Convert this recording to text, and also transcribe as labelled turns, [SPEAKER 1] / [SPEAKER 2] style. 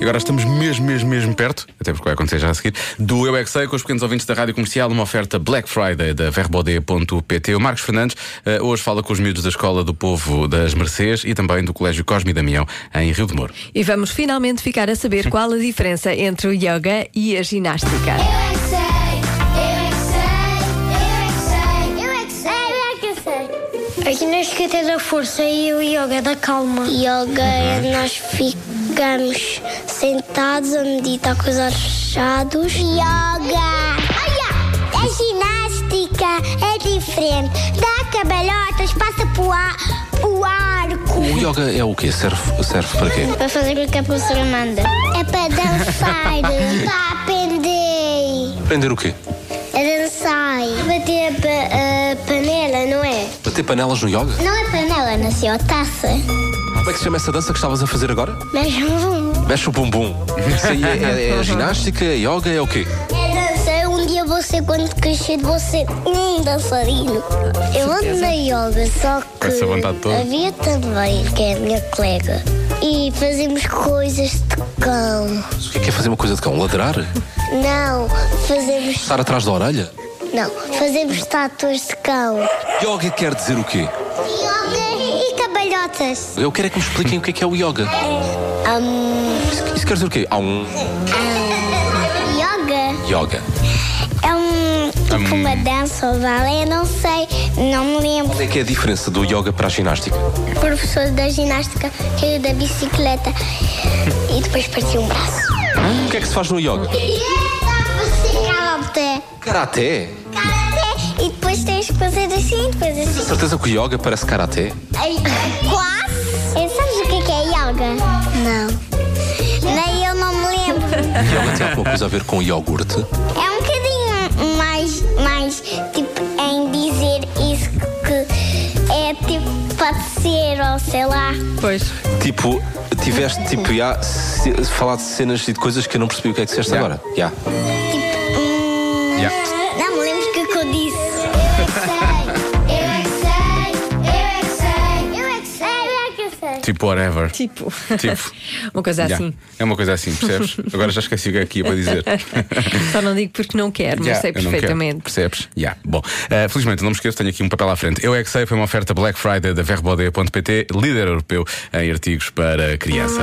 [SPEAKER 1] agora estamos mesmo, mesmo, mesmo perto, até porque vai acontecer já a seguir, do Eu é que Sei, com os pequenos ouvintes da Rádio Comercial, uma oferta Black Friday da verbode.pt. O Marcos Fernandes eh, hoje fala com os miúdos da Escola do Povo das Mercês e também do Colégio Cosme e Damião, em Rio de Moro.
[SPEAKER 2] E vamos finalmente ficar a saber qual a diferença entre o yoga e a ginástica.
[SPEAKER 3] Eu é que sei, eu é que sei, eu é que sei, eu é que sei, eu é que sei.
[SPEAKER 4] A ginástica é da força e o yoga é da calma.
[SPEAKER 3] Yoga é nós ficamos sentados a meditar com os olhos fechados. Yoga! Olha! A ginástica é diferente. Dá cabalhotas, passa pro ar, o arco.
[SPEAKER 5] O yoga é o quê? Serve, serve para quê?
[SPEAKER 3] Para fazer o que a professora manda. É para dançar, é para aprender.
[SPEAKER 5] Aprender o quê?
[SPEAKER 3] A dançar. Bater a, pa- a panela, não é?
[SPEAKER 5] Bater panelas no yoga?
[SPEAKER 3] Não é panela, nasceu a taça.
[SPEAKER 5] Como é que se chama essa dança que estavas a fazer agora?
[SPEAKER 3] Mas vum.
[SPEAKER 5] Mexe o bumbum. Isso aí é, é- é ginástica, é yoga, é o quê?
[SPEAKER 3] É dançar. Um dia você, quando crescer, você um dançarino. Eu ando na yoga, só que
[SPEAKER 1] Essa vontade toda.
[SPEAKER 3] havia também, que é a minha colega. E fazemos coisas de cão.
[SPEAKER 5] O que é, que é fazer uma coisa de cão? Ladrar?
[SPEAKER 3] Não, fazemos.
[SPEAKER 5] Estar atrás da orelha?
[SPEAKER 3] Não, fazemos estátuas de cão.
[SPEAKER 5] Yoga quer dizer o quê?
[SPEAKER 3] Yoga e cabalhotas.
[SPEAKER 5] Eu quero é que me expliquem o que é que é o yoga.
[SPEAKER 3] Hum,
[SPEAKER 5] Isso, isso quer dizer o quê? Há um
[SPEAKER 3] Yoga
[SPEAKER 5] yoga.
[SPEAKER 3] é um tipo uma dança ou balé, não sei, não me lembro.
[SPEAKER 5] Qual é que é a diferença do yoga para a ginástica?
[SPEAKER 3] O professor da ginástica caiu da bicicleta e depois partiu um braço. é,
[SPEAKER 5] O que é que se faz no yoga?
[SPEAKER 3] Karate.
[SPEAKER 5] Karaté.
[SPEAKER 3] Karate. E depois tens que fazer assim, depois assim.
[SPEAKER 5] Certeza que o yoga parece karaté?
[SPEAKER 3] Ai, quase. E sabes o que é que é yoga? Não. Nem eu não me lembro.
[SPEAKER 5] Yoga tem alguma coisa a ver com iogurte?
[SPEAKER 3] É um bocadinho mais, mais tipo em dizer isso que é tipo pode ser ou sei lá.
[SPEAKER 2] Pois.
[SPEAKER 5] Tipo, tiveste tipo, já se- falado de cenas e de coisas que eu não percebi o que é que disseste
[SPEAKER 1] Já.
[SPEAKER 5] agora. Já.
[SPEAKER 3] Hum,
[SPEAKER 1] Yeah.
[SPEAKER 3] Não me lembro o que é que eu disse. Eu é que sei, eu é que sei, eu é que sei, eu é que sei, eu é que sei.
[SPEAKER 1] Tipo whatever.
[SPEAKER 2] Tipo.
[SPEAKER 1] Tipo.
[SPEAKER 2] Uma coisa
[SPEAKER 1] Já.
[SPEAKER 2] assim.
[SPEAKER 1] É uma coisa assim, percebes? Agora já esqueci o que é que ia para dizer.
[SPEAKER 2] Só não digo porque não quero, mas
[SPEAKER 1] Já,
[SPEAKER 2] sei
[SPEAKER 1] eu não quero.
[SPEAKER 2] perfeitamente.
[SPEAKER 1] percebes? Já. Bom, eh, felizmente não me esqueço, tenho aqui um papel à frente. Eu é que sei, foi uma oferta Black Friday da Verbode.pt, líder europeu em artigos para criança.